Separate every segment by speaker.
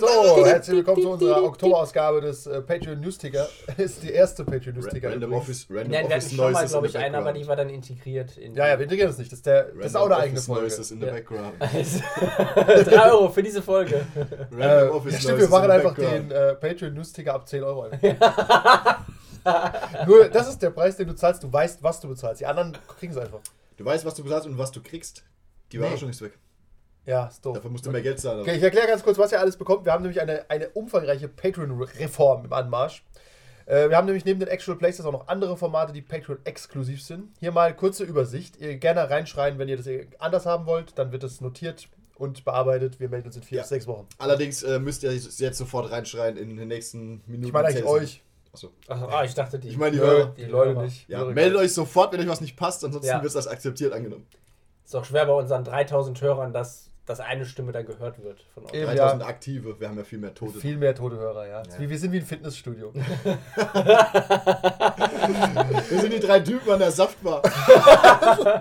Speaker 1: So, herzlich willkommen zu unserer Oktoberausgabe des äh, Patreon Newsticker. Ist die erste Patreon Newsticker.
Speaker 2: Random
Speaker 1: übrigens.
Speaker 2: Office, Random
Speaker 3: Nein, wir
Speaker 2: Office
Speaker 3: hatten schon mal,
Speaker 2: Noises in
Speaker 3: glaube
Speaker 2: the
Speaker 3: ich, einen, aber die
Speaker 2: background.
Speaker 3: war dann integriert in.
Speaker 1: Ja, ja, wir integrieren das nicht. Das ist, der, das ist auch eine
Speaker 2: Random
Speaker 1: eigene
Speaker 2: Office
Speaker 1: Folge.
Speaker 2: Noises in the
Speaker 3: Ja.
Speaker 2: background.
Speaker 3: Also, 3 Euro für diese Folge.
Speaker 2: Random
Speaker 1: Äh,
Speaker 2: Office
Speaker 1: ja, stimmt, wir
Speaker 2: Noises in
Speaker 1: machen
Speaker 2: the
Speaker 1: einfach den
Speaker 2: background.
Speaker 1: äh, Patreon Newsticker ab 10 Euro. einfach. Nur, das ist der Preis, den du zahlst. Du weißt, was du bezahlst. Die anderen kriegen es einfach.
Speaker 2: Du weißt, was du bezahlst und was du kriegst. Die Überraschung ist weg.
Speaker 1: Ja, ist doof.
Speaker 2: Dafür musst du mehr Geld zahlen.
Speaker 1: Oh, Okay, ich erkläre ganz kurz, was ihr alles bekommt. Wir haben nämlich eine, eine umfangreiche Patreon-Reform im Anmarsch. Äh, Wir haben nämlich neben den Actual Places auch noch andere Formate, die Patreon-exklusiv sind. Hier mal kurze Übersicht. Ihr gerne reinschreien, wenn ihr das anders haben wollt. Dann wird das notiert und bearbeitet. Wir melden uns in vier
Speaker 2: Ja.
Speaker 1: bis sechs Wochen.
Speaker 2: Allerdings äh, müsst ihr jetzt sofort reinschreien in den nächsten Minuten.
Speaker 1: Ich meine eigentlich euch.
Speaker 2: Achso.
Speaker 3: Ach, ah, ich dachte, die.
Speaker 2: Ich meine die
Speaker 1: Ja,
Speaker 2: Hörer.
Speaker 3: die Leute
Speaker 1: Hörer.
Speaker 3: nicht.
Speaker 2: Ja,
Speaker 1: Hörer. genau.
Speaker 2: meldet euch sofort, wenn euch was nicht passt, ansonsten
Speaker 3: Ja.
Speaker 2: wird es als akzeptiert angenommen.
Speaker 3: Ist doch schwer bei unseren 3000 Hörern, dass, dass eine Stimme dann gehört wird von euch.
Speaker 1: Eben,
Speaker 2: 3000
Speaker 1: ja.
Speaker 2: aktive, wir haben ja viel mehr Tote.
Speaker 1: Viel mehr tote Hörer, ja.
Speaker 2: Ja.
Speaker 1: Wir wir sind wie ein Fitnessstudio.
Speaker 2: Wir sind die drei Typen an der Saftbar.
Speaker 1: Wir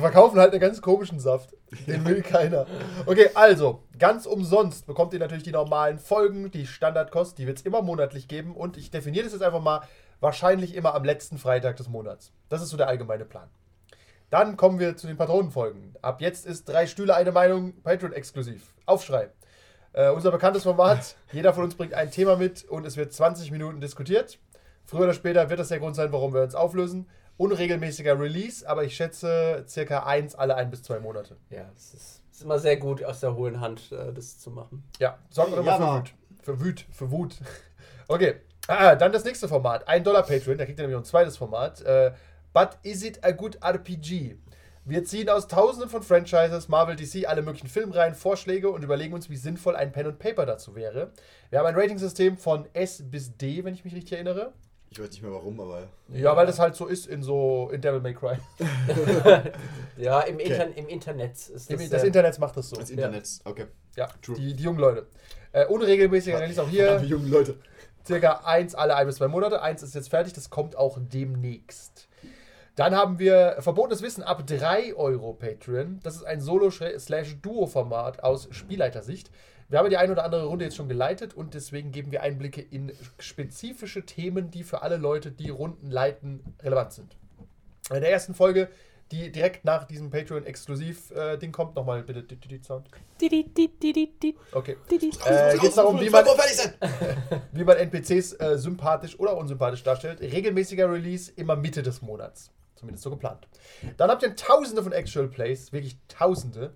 Speaker 1: verkaufen halt einen ganz komischen Saft. Den will keiner. Okay, also, ganz umsonst bekommt ihr natürlich die normalen Folgen, die Standardkost, die wird es immer monatlich geben. Und ich definiere das jetzt einfach mal wahrscheinlich immer am letzten Freitag des Monats. Das ist so der allgemeine Plan. Dann kommen wir zu den Patronenfolgen. Ab jetzt ist drei Stühle eine Meinung Patreon-exklusiv. Aufschrei. Äh, unser bekanntes Format. Jeder von uns bringt ein Thema mit und es wird 20 Minuten diskutiert. Früher oder später wird das der Grund sein, warum wir uns auflösen. Unregelmäßiger Release, aber ich schätze circa eins alle ein bis zwei Monate.
Speaker 3: Ja, es ist, es ist immer sehr gut, aus der hohlen Hand äh, das zu machen.
Speaker 1: Ja, sorgt immer
Speaker 2: Ja,
Speaker 1: für
Speaker 2: aber-
Speaker 1: Wut. Für Wut, für Wut. Okay, ah, dann das nächste Format. 1 Dollar Patreon, da kriegt ihr nämlich noch ein zweites Format. Äh, But is it a good RPG? Wir ziehen aus tausenden von Franchises, Marvel, DC, alle möglichen Filmreihen, Vorschläge und überlegen uns, wie sinnvoll ein Pen und Paper dazu wäre. Wir haben ein Ratingsystem von S bis D, wenn ich mich richtig erinnere.
Speaker 2: Ich weiß nicht mehr warum, aber.
Speaker 1: Ja, weil das halt so ist in so in Devil May Cry.
Speaker 3: Ja, im, Inter im Internet ist äh, das.
Speaker 1: Das,
Speaker 3: sehr-
Speaker 1: Internet macht das so.
Speaker 2: Das Internet. Okay.
Speaker 1: Ja,
Speaker 2: True.
Speaker 1: die, die jungen Leute. Äh, unregelmäßiger Release auch hier. Äh,
Speaker 2: Die jungen Leute.
Speaker 1: circa eins alle ein bis zwei Monate. Eins ist jetzt fertig, das kommt auch demnächst. Dann haben wir Verbotenes Wissen ab 3 Euro Patreon. Das ist ein Solo-Duo-Format aus Spielleitersicht. Wir haben die eine oder andere Runde jetzt schon geleitet und deswegen geben wir Einblicke in spezifische Themen, die für alle Leute, die Runden leiten, relevant sind. In der ersten Folge, die direkt nach diesem Patreon-Exklusiv-Ding kommt, nochmal bitte die- die die Sound. Okay. Äh, geht es darum, wie man,
Speaker 2: fertig sein.
Speaker 1: wie man NPCs äh, sympathisch oder unsympathisch darstellt. Regelmäßiger Release immer Mitte des Monats. Zumindest so geplant. Dann habt ihr tausende von Actual Plays, wirklich tausende.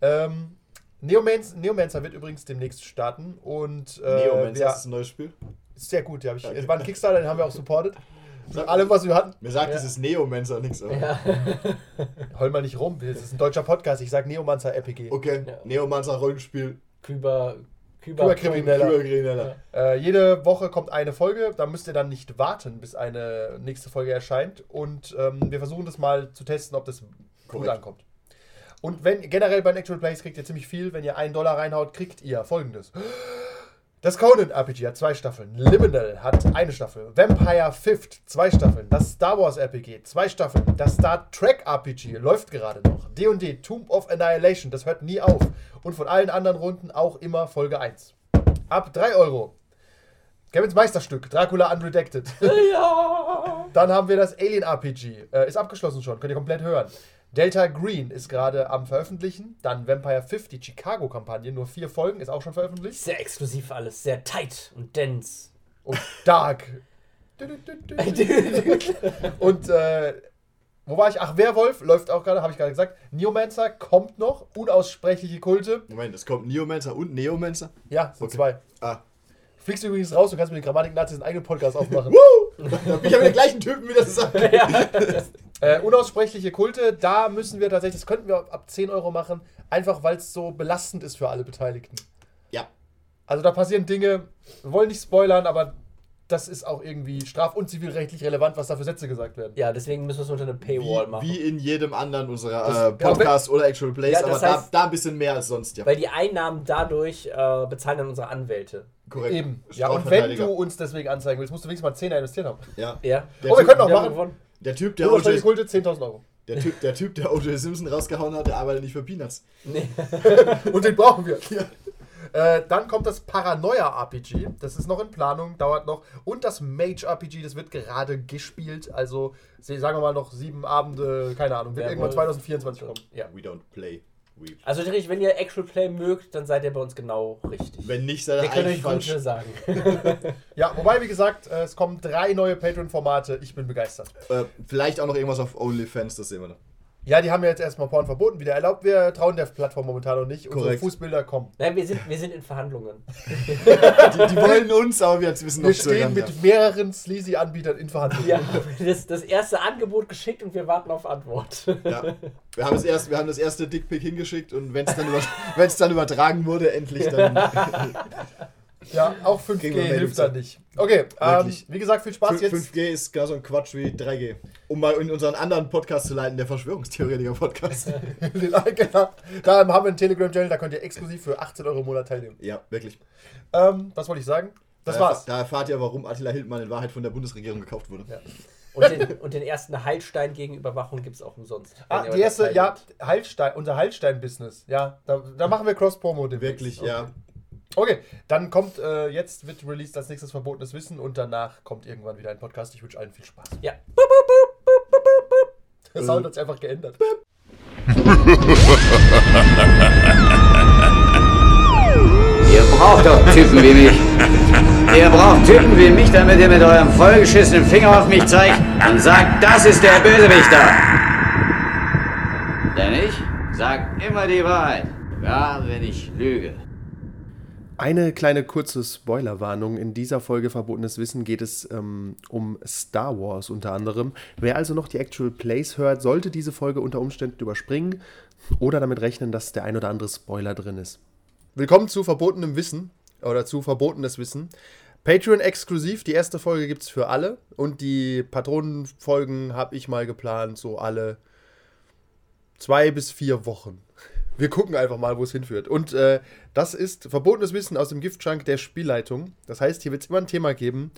Speaker 1: Ähm, Neomancer, Neomancer wird übrigens demnächst starten und äh,
Speaker 2: Neomancer,
Speaker 1: wir-
Speaker 2: das ist ein neues Spiel.
Speaker 1: sehr gut, ja, hab ich,
Speaker 2: Danke.
Speaker 1: es war ein Kickstarter, den haben wir auch supportet. Mit allem, was wir hatten.
Speaker 2: Mir sagt
Speaker 3: Ja.
Speaker 2: dieses Neomancer nichts, aber.
Speaker 1: Heul mal nicht rum, das ist ein deutscher Podcast, ich sag Neomancer RPG.
Speaker 2: Okay,
Speaker 3: Ja.
Speaker 2: Neomancer Rollenspiel.
Speaker 3: Küber.
Speaker 1: Küber Krimineller.
Speaker 2: Übergrüneller.
Speaker 1: Äh, jede Woche kommt eine Folge, da müsst ihr dann nicht warten, bis eine nächste Folge erscheint. Und ähm, wir versuchen das mal zu testen, ob das gut
Speaker 2: Korrekt.
Speaker 1: ankommt. Und wenn generell bei den Actual Plays kriegt ihr ziemlich viel, wenn ihr einen Dollar reinhaut, kriegt ihr folgendes. Das Conan RPG hat zwei Staffeln, Liminal hat eine Staffel, Vampire Fifth zwei Staffeln, das Star Wars RPG zwei Staffeln, das Star Trek RPG läuft gerade noch, D&D Tomb of Annihilation, das hört nie auf und von allen anderen Runden auch immer Folge 1. Ab 3 Euro. Kevins Meisterstück, Dracula Unredacted.
Speaker 3: Ja!
Speaker 1: Dann haben wir das Alien RPG. Äh, ist abgeschlossen schon, könnt ihr komplett hören. Delta Green ist gerade am Veröffentlichen. Dann Vampire 5, die Chicago-Kampagne. Nur vier Folgen, ist auch schon veröffentlicht.
Speaker 3: Sehr exklusiv alles, sehr tight und dense.
Speaker 1: Und Dark. Und äh, wo war ich? Ach, Werwolf läuft auch gerade, habe ich gerade gesagt. Neomancer kommt noch. Unaussprechliche Kulte.
Speaker 2: Moment, es kommt Neomancer und Neomancer.
Speaker 1: Ja, sind
Speaker 2: Okay.
Speaker 1: zwei.
Speaker 2: Ah,
Speaker 1: Fliegst du übrigens raus, du kannst mit den Grammatik-Nazis einen eigenen Podcast aufmachen.
Speaker 2: da bin ich ja mit den gleichen Typen wieder zusammen.
Speaker 1: Äh, unaussprechliche Kulte, da müssen wir tatsächlich, das könnten wir ab 10 Euro machen, einfach weil es so belastend ist für alle Beteiligten.
Speaker 2: Ja,
Speaker 1: Also da passieren Dinge, wir wollen nicht spoilern, aber das ist auch irgendwie straf- und zivilrechtlich relevant, was da für Sätze gesagt werden.
Speaker 3: Ja, deswegen müssen wir es unter eine
Speaker 2: wie,
Speaker 3: Paywall machen.
Speaker 2: wie in jedem anderen unserer äh,
Speaker 1: Das- genau,
Speaker 2: Podcasts oder Actual Plays,
Speaker 3: Ja,
Speaker 2: aber
Speaker 3: das
Speaker 2: da,
Speaker 3: heißt-
Speaker 2: da ein bisschen mehr als sonst, ja.
Speaker 3: Weil die Einnahmen dadurch äh, bezahlen dann unsere Anwälte.
Speaker 2: Korrekt.
Speaker 1: Eben. Ja, und wenn du uns deswegen anzeigen willst, musst du wenigstens mal 10 investiert haben.
Speaker 2: Ja.
Speaker 3: Ja.
Speaker 2: Der,
Speaker 1: Oh, wir
Speaker 2: typ,
Speaker 1: können Oh, auch
Speaker 3: Wir haben
Speaker 1: machen.
Speaker 3: gewonnen.
Speaker 2: der Typ, der
Speaker 1: Unaussprechliche
Speaker 2: unter,
Speaker 1: Kulte, 10.000 Euro.
Speaker 2: Der Typ, der Typ, der O.J. Simpson rausgehauen hat, der arbeitet nicht für Peanuts.
Speaker 3: Nee.
Speaker 1: Und den brauchen wir. Äh, dann kommt das Paranoia-RPG. Das ist noch in Planung, dauert noch. Und das Mage-RPG, das wird gerade gespielt. Also, se- sagen wir mal noch sieben Abende, keine Ahnung, wird
Speaker 3: Jawohl.
Speaker 1: irgendwann 2024 kommen.
Speaker 3: Ja.
Speaker 2: We don't play. We.
Speaker 3: Also richtig, wenn ihr Actual Play mögt, dann seid ihr bei uns genau richtig.
Speaker 2: Wenn nicht, seid
Speaker 3: Wir
Speaker 2: ihr
Speaker 3: können
Speaker 2: eigentlich
Speaker 3: euch
Speaker 2: falsch.
Speaker 3: Gute sagen.
Speaker 1: Ja, wobei, wie gesagt, äh, es kommen drei neue Patreon-Formate. Ich bin begeistert.
Speaker 2: Äh, vielleicht auch noch irgendwas auf OnlyFans, das sehen wir noch.
Speaker 1: Ja, die haben ja jetzt erstmal Porn verboten, wieder erlaubt. Wir trauen der Plattform momentan noch nicht. Unsere
Speaker 2: Korrekt.
Speaker 1: Fußbilder kommen.
Speaker 3: Nein, wir sind, wir sind in Verhandlungen.
Speaker 2: Die, die wollen uns, aber wir wissen noch
Speaker 1: Wir stehen
Speaker 2: zögern, ja.
Speaker 1: mit mehreren Sleazy-Anbietern in Verhandlungen.
Speaker 3: Ja, das, das erste Angebot geschickt und wir warten auf Antwort.
Speaker 2: Ja. Wir, haben das erste, wir haben das erste Dickpick hingeschickt und wenn es dann, über, wenn's dann übertragen wurde, endlich dann.
Speaker 1: Ja, auch
Speaker 2: Kriegen
Speaker 1: 5G
Speaker 2: wir Meldung
Speaker 1: hilft
Speaker 2: zu.
Speaker 1: da nicht. Okay, ähm,
Speaker 2: Wirklich.
Speaker 1: wie gesagt, viel Spaß
Speaker 2: Fün-
Speaker 1: jetzt.
Speaker 2: 5G ist gar so ein Quatsch wie 3G. Um mal in unseren anderen Podcast zu leiten, der Verschwörungstheoretiker-Podcast.
Speaker 1: Den genau. Da haben wir einen Telegram-Channel, da könnt ihr exklusiv für 18 Euro im Monat teilnehmen.
Speaker 2: ja, wirklich.
Speaker 1: Ähm, was wollte ich sagen? Das
Speaker 2: da,
Speaker 1: war's.
Speaker 2: Da erfahrt ihr, warum Attila Hildmann in Wahrheit von der Bundesregierung gekauft wurde.
Speaker 1: Ja.
Speaker 3: Und den, und den ersten Heilstein gegen Überwachung gibt es auch umsonst. wenn
Speaker 1: Ah,
Speaker 3: ihr euch
Speaker 1: die erste,
Speaker 3: das
Speaker 1: ja,
Speaker 3: teilt.
Speaker 1: Hallstein, unser Hallstein-Business. Ja, da, da machen wir Cross-Promo demnächst.
Speaker 2: Wirklich, ja.
Speaker 1: Okay, dann kommt, äh, jetzt wird released als nächstes Verbotenes Wissen und danach kommt irgendwann wieder ein Podcast. Ich wünsche allen viel Spaß.
Speaker 3: Ja.
Speaker 1: Der Sound hat sich einfach geändert.
Speaker 4: Ihr braucht doch Typen wie mich. Ihr braucht Typen wie mich, damit ihr mit eurem vollgeschissenen Finger auf mich zeigt und sagt, das ist der Bösewichter. Denn ich sag immer die Wahrheit. Ja, wenn ich lüge.
Speaker 5: Eine kleine kurze Spoilerwarnung. In dieser Folge Verbotenes Wissen geht es ähm, um Star Wars unter anderem. Wer also noch die Actual Plays hört, sollte diese Folge unter Umständen überspringen oder damit rechnen, dass der ein oder andere Spoiler drin ist.
Speaker 1: Willkommen zu verbotenem Wissen oder zu verbotenes Wissen. Patreon exklusiv, die erste Folge gibt es für alle und die Patronenfolgen habe ich mal geplant, so alle zwei bis vier Wochen. Wir gucken einfach mal, wo es hinführt. Und äh, das ist verbotenes Wissen aus dem Giftschrank der Spielleitung. Das heißt, hier wird es immer ein Thema geben,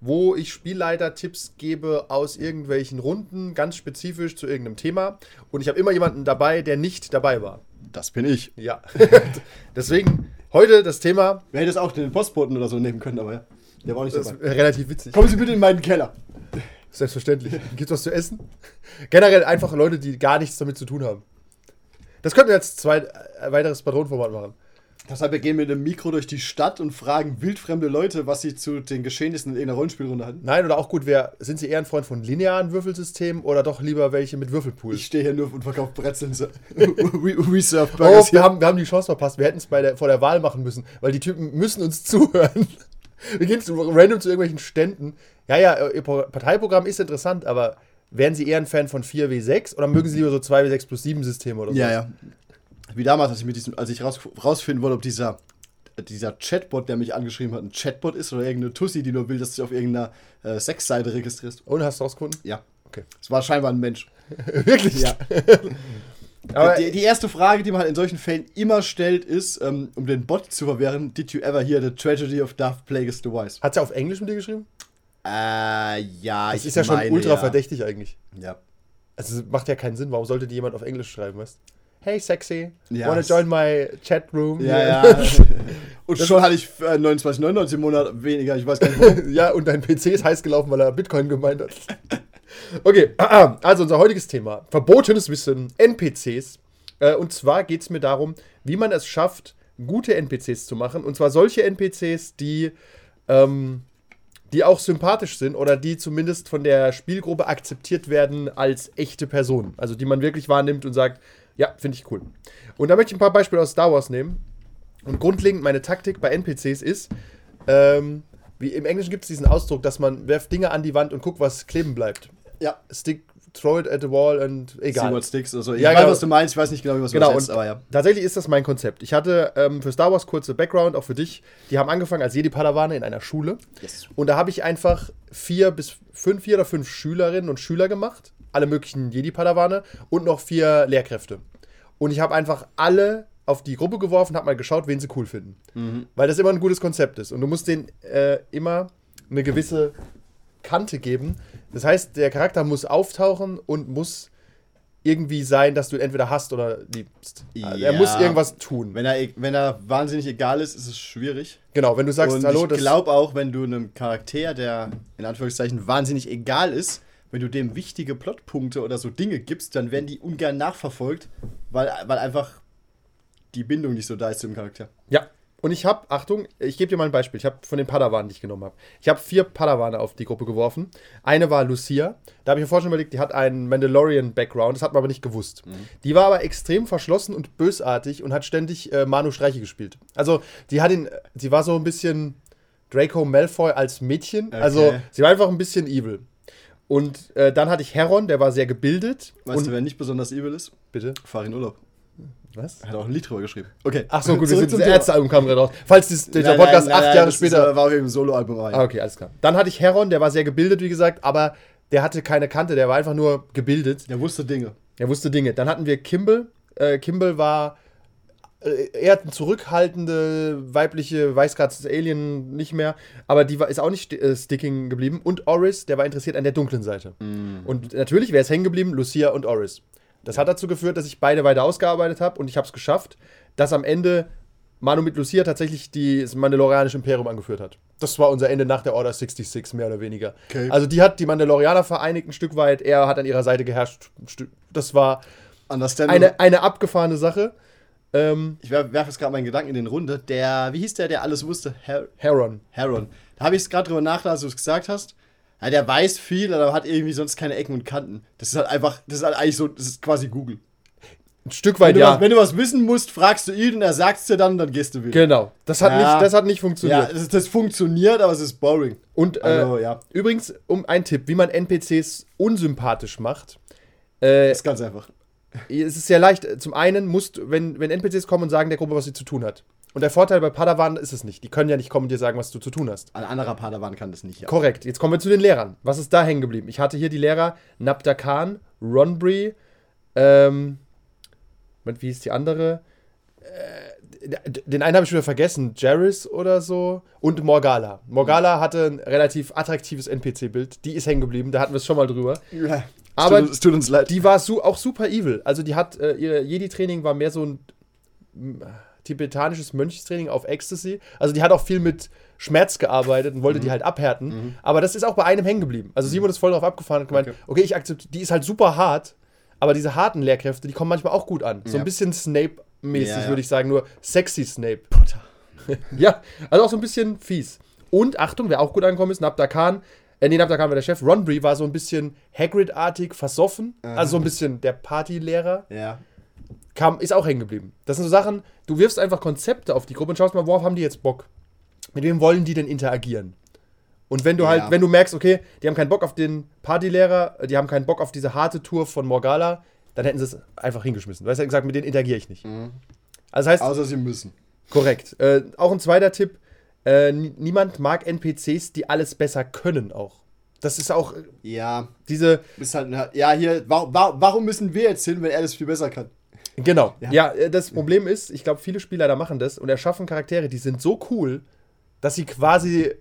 Speaker 1: wo ich Spielleiter-Tipps gebe aus irgendwelchen Runden, ganz spezifisch zu irgendeinem Thema. Und ich habe immer jemanden dabei, der nicht dabei war.
Speaker 2: Das bin ich.
Speaker 1: Ja. Deswegen heute das Thema
Speaker 2: Wer hätte es auch den Postboten oder so nehmen können, aber ja. Der war auch nicht
Speaker 1: das
Speaker 2: dabei.
Speaker 1: ist relativ witzig.
Speaker 2: Kommen Sie bitte in meinen Keller.
Speaker 1: Selbstverständlich. Gibt's was zu essen? Generell einfach Leute, die gar nichts damit zu tun haben. Das könnten wir als zwei, äh, weiteres Patronenformat machen.
Speaker 2: Deshalb wir gehen mit dem Mikro durch die Stadt und fragen wildfremde Leute, was sie zu den Geschehnissen in irgendeiner Rollenspielrunde hatten.
Speaker 1: Nein, oder auch gut, wer sind Sie eher ein Freund von linearen Würfelsystemen oder doch lieber welche mit Würfelpool?
Speaker 2: Ich stehe hier nur und verkaufe Brezeln. so- We, we serve
Speaker 1: Oh,
Speaker 2: Burgers
Speaker 1: wir
Speaker 2: hier.
Speaker 1: haben, wir haben die Chance verpasst. Wir hätten es bei der, vor der Wahl machen müssen, weil die Typen müssen uns zuhören. Wir gehen zu, random zu irgendwelchen Ständen. Ja, ja, ihr Pro- Parteiprogramm ist interessant, aber wären Sie eher ein Fan von 4W6 oder mögen Sie lieber so 2W6 plus 7 Systeme oder so?
Speaker 2: Ja, ja. Wie damals, als ich, mit diesem, als ich raus, rausfinden wollte, ob dieser, dieser Chatbot, der mich angeschrieben hat, ein Chatbot ist oder irgendeine Tussi, die nur will, dass du dich auf irgendeiner äh, Sexseite registrierst.
Speaker 1: Und hast du rausgefunden?
Speaker 2: Ja.
Speaker 1: Okay.
Speaker 2: Es war scheinbar ein Mensch.
Speaker 1: Wirklich?
Speaker 2: Ja.
Speaker 1: Aber
Speaker 2: die, die erste Frage, die man halt in solchen Fällen immer stellt, ist, ähm, um den Bot zu verwehren, did you ever hear the tragedy of Darth Plagueis the Wise?
Speaker 1: hat sie auf Englisch mit dir geschrieben?
Speaker 2: Äh, ja,
Speaker 1: Das ist ja schon ultra verdächtig eigentlich.
Speaker 2: Ja.
Speaker 1: Also es macht ja keinen Sinn, warum sollte die jemand auf Englisch schreiben, weißt Hey sexy,
Speaker 2: Ja,
Speaker 1: wanna
Speaker 2: es-
Speaker 1: join my chat room?
Speaker 2: Ja, ja. Und schon hatte ich äh, 29,99 im Monat weniger, ich weiß gar nicht warum.
Speaker 1: ja, und dein PC ist heiß gelaufen, weil er Bitcoin gemeint hat. Okay, also unser heutiges Thema: verbotenes Wissen, NPCs. Äh, Und zwar geht es mir darum, wie man es schafft, gute NPCs zu machen. Und zwar solche NPCs, die, ähm, die auch sympathisch sind oder die zumindest von der Spielgruppe akzeptiert werden als echte Personen. Also die man wirklich wahrnimmt und sagt, ja, finde ich cool. Und da möchte ich ein paar Beispiele aus Star Wars nehmen. Und grundlegend meine Taktik bei NPCs ist, ähm, wie im Englischen gibt es diesen Ausdruck, dass man werft Dinge an die Wand und guckt, was kleben bleibt.
Speaker 2: Ja.
Speaker 1: Stick, throw it at the wall und
Speaker 2: See
Speaker 1: egal.
Speaker 2: what sticks oder so. Ich
Speaker 1: Ja,
Speaker 2: weiß,
Speaker 1: genau.
Speaker 2: was du meinst, ich weiß nicht genau, wie man es
Speaker 1: Genau,
Speaker 2: übersetzt,
Speaker 1: und
Speaker 2: aber ja.
Speaker 1: tatsächlich ist das mein Konzept. Ich hatte ähm, für Star Wars kurze Background, auch für dich. Die haben angefangen als Jedi-Padawane in einer Schule.
Speaker 2: Yes.
Speaker 1: Und da habe ich einfach vier bis fünf, vier oder fünf Schülerinnen und Schüler gemacht, alle möglichen Jedi-Padawane und noch vier Lehrkräfte. Und ich habe einfach alle auf die Gruppe geworfen, habe mal geschaut, wen sie cool finden.
Speaker 2: Mhm.
Speaker 1: Weil das immer ein gutes Konzept ist. Und du musst denen äh, immer eine gewisse Kante geben. Das heißt, der Charakter muss auftauchen und muss irgendwie sein, dass du ihn entweder hast oder liebst. Also Er
Speaker 2: Ah, Ja.
Speaker 1: muss irgendwas tun.
Speaker 2: Wenn er, e, wenn er wahnsinnig egal ist, ist es schwierig.
Speaker 1: Genau, wenn du sagst,
Speaker 2: und
Speaker 1: hallo,
Speaker 2: ich
Speaker 1: das
Speaker 2: glaube auch, wenn du einem Charakter, der in Anführungszeichen wahnsinnig egal ist, wenn du dem wichtige Plotpunkte oder so Dinge gibst, dann werden die ungern nachverfolgt, weil, weil einfach die Bindung nicht so da ist zu dem Charakter.
Speaker 1: Ja. Und ich habe, Achtung, ich gebe dir mal ein Beispiel. Ich habe von den Padawanen, die ich genommen habe. Ich habe vier Padawane auf die Gruppe geworfen. Eine war Lucia. Da habe ich mir vorher schon überlegt, die hat einen Mandalorian-Background. Das hat man aber nicht gewusst.
Speaker 2: Mhm.
Speaker 1: Die war aber extrem verschlossen und bösartig und hat ständig äh, Manu Streiche gespielt. Also, die hat ihn, sie war so ein bisschen Draco Malfoy als Mädchen. Also, sie war einfach ein bisschen evil. Und äh, dann hatte ich Heron, der war sehr gebildet.
Speaker 2: Weißt
Speaker 1: und,
Speaker 2: du, wer nicht besonders evil ist?
Speaker 1: bitte?
Speaker 2: Fahr in Urlaub.
Speaker 1: Was?
Speaker 2: Hat auch ein Lied drüber geschrieben. Okay.
Speaker 1: Ach so, gut, wir
Speaker 2: Zurück
Speaker 1: sind
Speaker 2: zum
Speaker 1: das
Speaker 2: Thema.
Speaker 1: Ärztealbum kam gerade raus. Falls dies, der
Speaker 2: Nein, nein,
Speaker 1: Podcast
Speaker 2: nein,
Speaker 1: acht
Speaker 2: nein,
Speaker 1: Jahre
Speaker 2: das
Speaker 1: später.
Speaker 2: Ist, äh, war auch eben Soloalbum rein.
Speaker 1: Ah, okay, alles klar. Dann hatte ich Heron, der war sehr gebildet, wie gesagt, aber der hatte keine Kante, der war einfach nur gebildet.
Speaker 2: Der wusste Dinge.
Speaker 1: Er wusste Dinge. Dann hatten wir Kimball. Äh, Kimball war äh, eher eine zurückhaltende weibliche, weiß gerade das Alien nicht mehr, aber die war, ist auch nicht sti- äh, sticking geblieben. Und Oris, der war interessiert an der dunklen Seite.
Speaker 2: Mm.
Speaker 1: Und natürlich wäre es hängen geblieben, Lucia und Oris. Das hat dazu geführt, dass ich beide weiter ausgearbeitet habe und ich habe es geschafft, dass am Ende Manu mit Lucia tatsächlich die, das Mandalorianische Imperium angeführt hat. Das war unser Ende nach der Order 66, mehr oder weniger.
Speaker 2: Okay.
Speaker 1: Also die hat die Mandalorianer vereinigt ein Stück weit, er hat an ihrer Seite geherrscht. ein Stück- Das war
Speaker 2: Understandable.
Speaker 1: eine, eine abgefahrene Sache. Ähm,
Speaker 2: ich werfe werf jetzt gerade meinen Gedanken in den Runde. Der, wie hieß der, der alles wusste? Her
Speaker 1: Heron.
Speaker 2: Heron. Da habe ich es gerade drüber nachgedacht, als du es gesagt hast. Ja, der weiß viel, aber hat irgendwie sonst keine Ecken und Kanten. Das ist halt einfach, das ist halt eigentlich so, das ist quasi Google.
Speaker 1: Ein Stück weit
Speaker 2: Wenn, du,
Speaker 1: ja.
Speaker 2: was, wenn du was wissen musst, fragst du ihn und er sagt es dir dann, dann gehst du wieder.
Speaker 1: Genau. Das hat,
Speaker 2: Ja.
Speaker 1: nicht, das hat nicht
Speaker 2: Ja,
Speaker 1: funktioniert.
Speaker 2: das, ist- das funktioniert, aber es ist boring.
Speaker 1: Und Genau. äh,
Speaker 2: Also, ja.
Speaker 1: übrigens, um einen Tipp, wie man NPCs unsympathisch macht.
Speaker 2: Das ist ganz einfach.
Speaker 1: Es ist sehr leicht. Zum einen musst, wenn, wenn NPCs kommen und sagen der Gruppe, was sie zu tun hat. Und der Vorteil bei Padawan ist es nicht. Die können ja nicht kommen und dir sagen, was du zu tun hast.
Speaker 2: Ein anderer Padawan kann das nicht. Ja.
Speaker 1: Korrekt. Jetzt kommen wir zu den Lehrern. Was ist da hängen geblieben? Ich hatte hier die Lehrer Nabda Khan, Ronbri, ähm, Moment, wie hieß die andere? Äh, d- den einen habe ich wieder vergessen, Jarvis oder so. Und Morgala. Morgala hatte ein relativ attraktives NPC-Bild. Die ist hängen geblieben, da hatten wir es schon mal drüber.
Speaker 2: Ja.
Speaker 1: Aber
Speaker 2: es tut, uns- es tut uns leid.
Speaker 1: Die war su auch super evil. Also die hat, äh, ihr Jedi-Training war mehr so ein mm, tibetanisches Mönchstraining auf Ecstasy. Also die hat auch viel mit Schmerz gearbeitet und
Speaker 2: Mhm.
Speaker 1: wollte die halt abhärten. Aber das ist auch bei einem hängen geblieben. Also Simon ist voll drauf abgefahren und gemeint, okay, ich akzeptiere, die ist halt super hart, aber diese harten Lehrkräfte, die kommen manchmal auch gut an. So ein
Speaker 2: Ja.
Speaker 1: bisschen Snape-mäßig,
Speaker 2: Ja, ja.
Speaker 1: würde ich sagen, nur sexy Snape. Potter. ja, also auch so ein bisschen fies. Und Achtung, wer auch gut angekommen ist, Nabda Khan. Äh, nee, Nabda Khan war der Chef. Ron Bree war so ein bisschen Hagrid-artig, versoffen. Also so ein bisschen der Partylehrer.
Speaker 2: ja.
Speaker 1: Kam, ist auch hängen geblieben. Das sind so Sachen, du wirfst einfach Konzepte auf die Gruppe und schaust mal, worauf haben die jetzt Bock? Mit wem wollen die denn interagieren? Und wenn du halt,
Speaker 2: Ja.
Speaker 1: wenn du merkst, okay, die haben keinen Bock auf den Partylehrer, äh, die haben keinen Bock auf diese harte Tour von Morgala, dann hätten sie es einfach hingeschmissen. Du hast ja gesagt, mit denen interagiere ich nicht. Also das heißt,
Speaker 2: Außer sie müssen.
Speaker 1: Korrekt. Äh, auch ein zweiter Tipp: äh, nie- Niemand mag NPCs, die alles besser können auch. Das ist auch äh,
Speaker 2: Ja.
Speaker 1: diese.
Speaker 2: Ist halt, eine- ja, hier, wa wa warum müssen wir jetzt hin, wenn er das viel besser kann?
Speaker 1: Genau. Ja, äh, das Problem ist, ich glaube, viele Spieler da machen das und erschaffen Charaktere, die sind so cool, dass sie quasi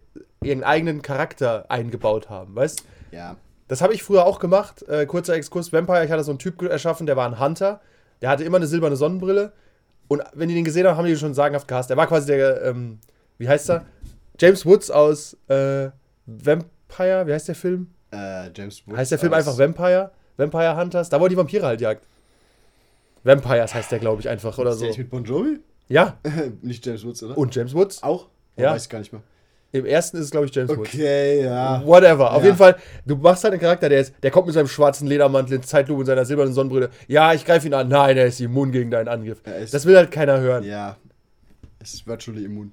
Speaker 1: ihren eigenen Charakter eingebaut haben, weißt?
Speaker 2: Ja.
Speaker 1: Das habe ich früher auch gemacht. Äh, kurzer Exkurs: Vampire. Ich hatte so einen Typ ge- erschaffen, der war ein Hunter. Der hatte immer eine silberne Sonnenbrille. Und äh, wenn die den gesehen haben, haben die den schon sagenhaft gehasst. Der war quasi der, ähm, wie heißt er? James Woods aus äh, Vampire. Wie heißt der Film?
Speaker 2: Äh, James Woods
Speaker 1: Heißt der Film
Speaker 2: als-
Speaker 1: einfach Vampire? Vampire Hunters? Da, wo er die Vampire halt jagt. Vampires heißt der, glaube ich, einfach oder
Speaker 2: Ist
Speaker 1: so.
Speaker 2: der nicht mit Bon Jovi?
Speaker 1: Ja.
Speaker 2: Nicht James Woods, oder?
Speaker 1: Also- Und James Woods.
Speaker 2: Auch?
Speaker 1: Ja.
Speaker 2: Weiß ich gar nicht mehr.
Speaker 1: Im ersten ist es, glaube ich, James Woods.
Speaker 2: Okay, ja.
Speaker 1: Whatever. Auf
Speaker 2: Ja.
Speaker 1: jeden Fall, du machst halt einen Charakter, der ist, der kommt mit seinem schwarzen Ledermantel in Zeitlupe und seiner silbernen Sonnenbrille. Ja, ich greife ihn an. Nein, er ist immun gegen deinen Angriff.
Speaker 2: Er ist-
Speaker 1: Das will halt keiner hören. Ja.
Speaker 2: Ja. Es ist virtually immun.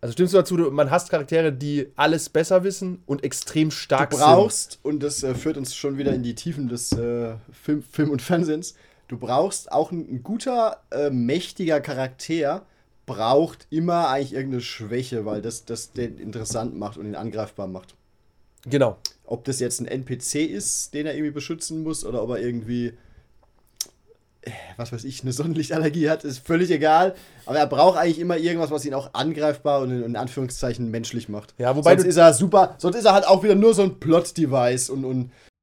Speaker 1: Also stimmst du dazu, du- man hasst Charaktere, die alles besser wissen und extrem
Speaker 2: Du
Speaker 1: stark
Speaker 2: brauchst, und das äh, führt uns schon wieder in die Tiefen des äh, Film, Film und Fernsehens, du brauchst auch ein, ein guter, äh, mächtiger Charakter, braucht immer eigentlich irgendeine Schwäche, weil das, das den interessant macht und ihn angreifbar macht.
Speaker 1: sind. Genau.
Speaker 2: Ob das jetzt ein NPC ist, den er irgendwie beschützen muss, oder ob er irgendwie, äh, was weiß ich, eine Sonnenlichtallergie hat, ist völlig egal. Aber er braucht eigentlich immer irgendwas, was ihn auch angreifbar und in, in Anführungszeichen menschlich macht.
Speaker 1: Ja, wobei
Speaker 2: sonst
Speaker 1: du-
Speaker 2: ist er super, sonst ist er halt auch wieder nur so ein Plot-Device und, und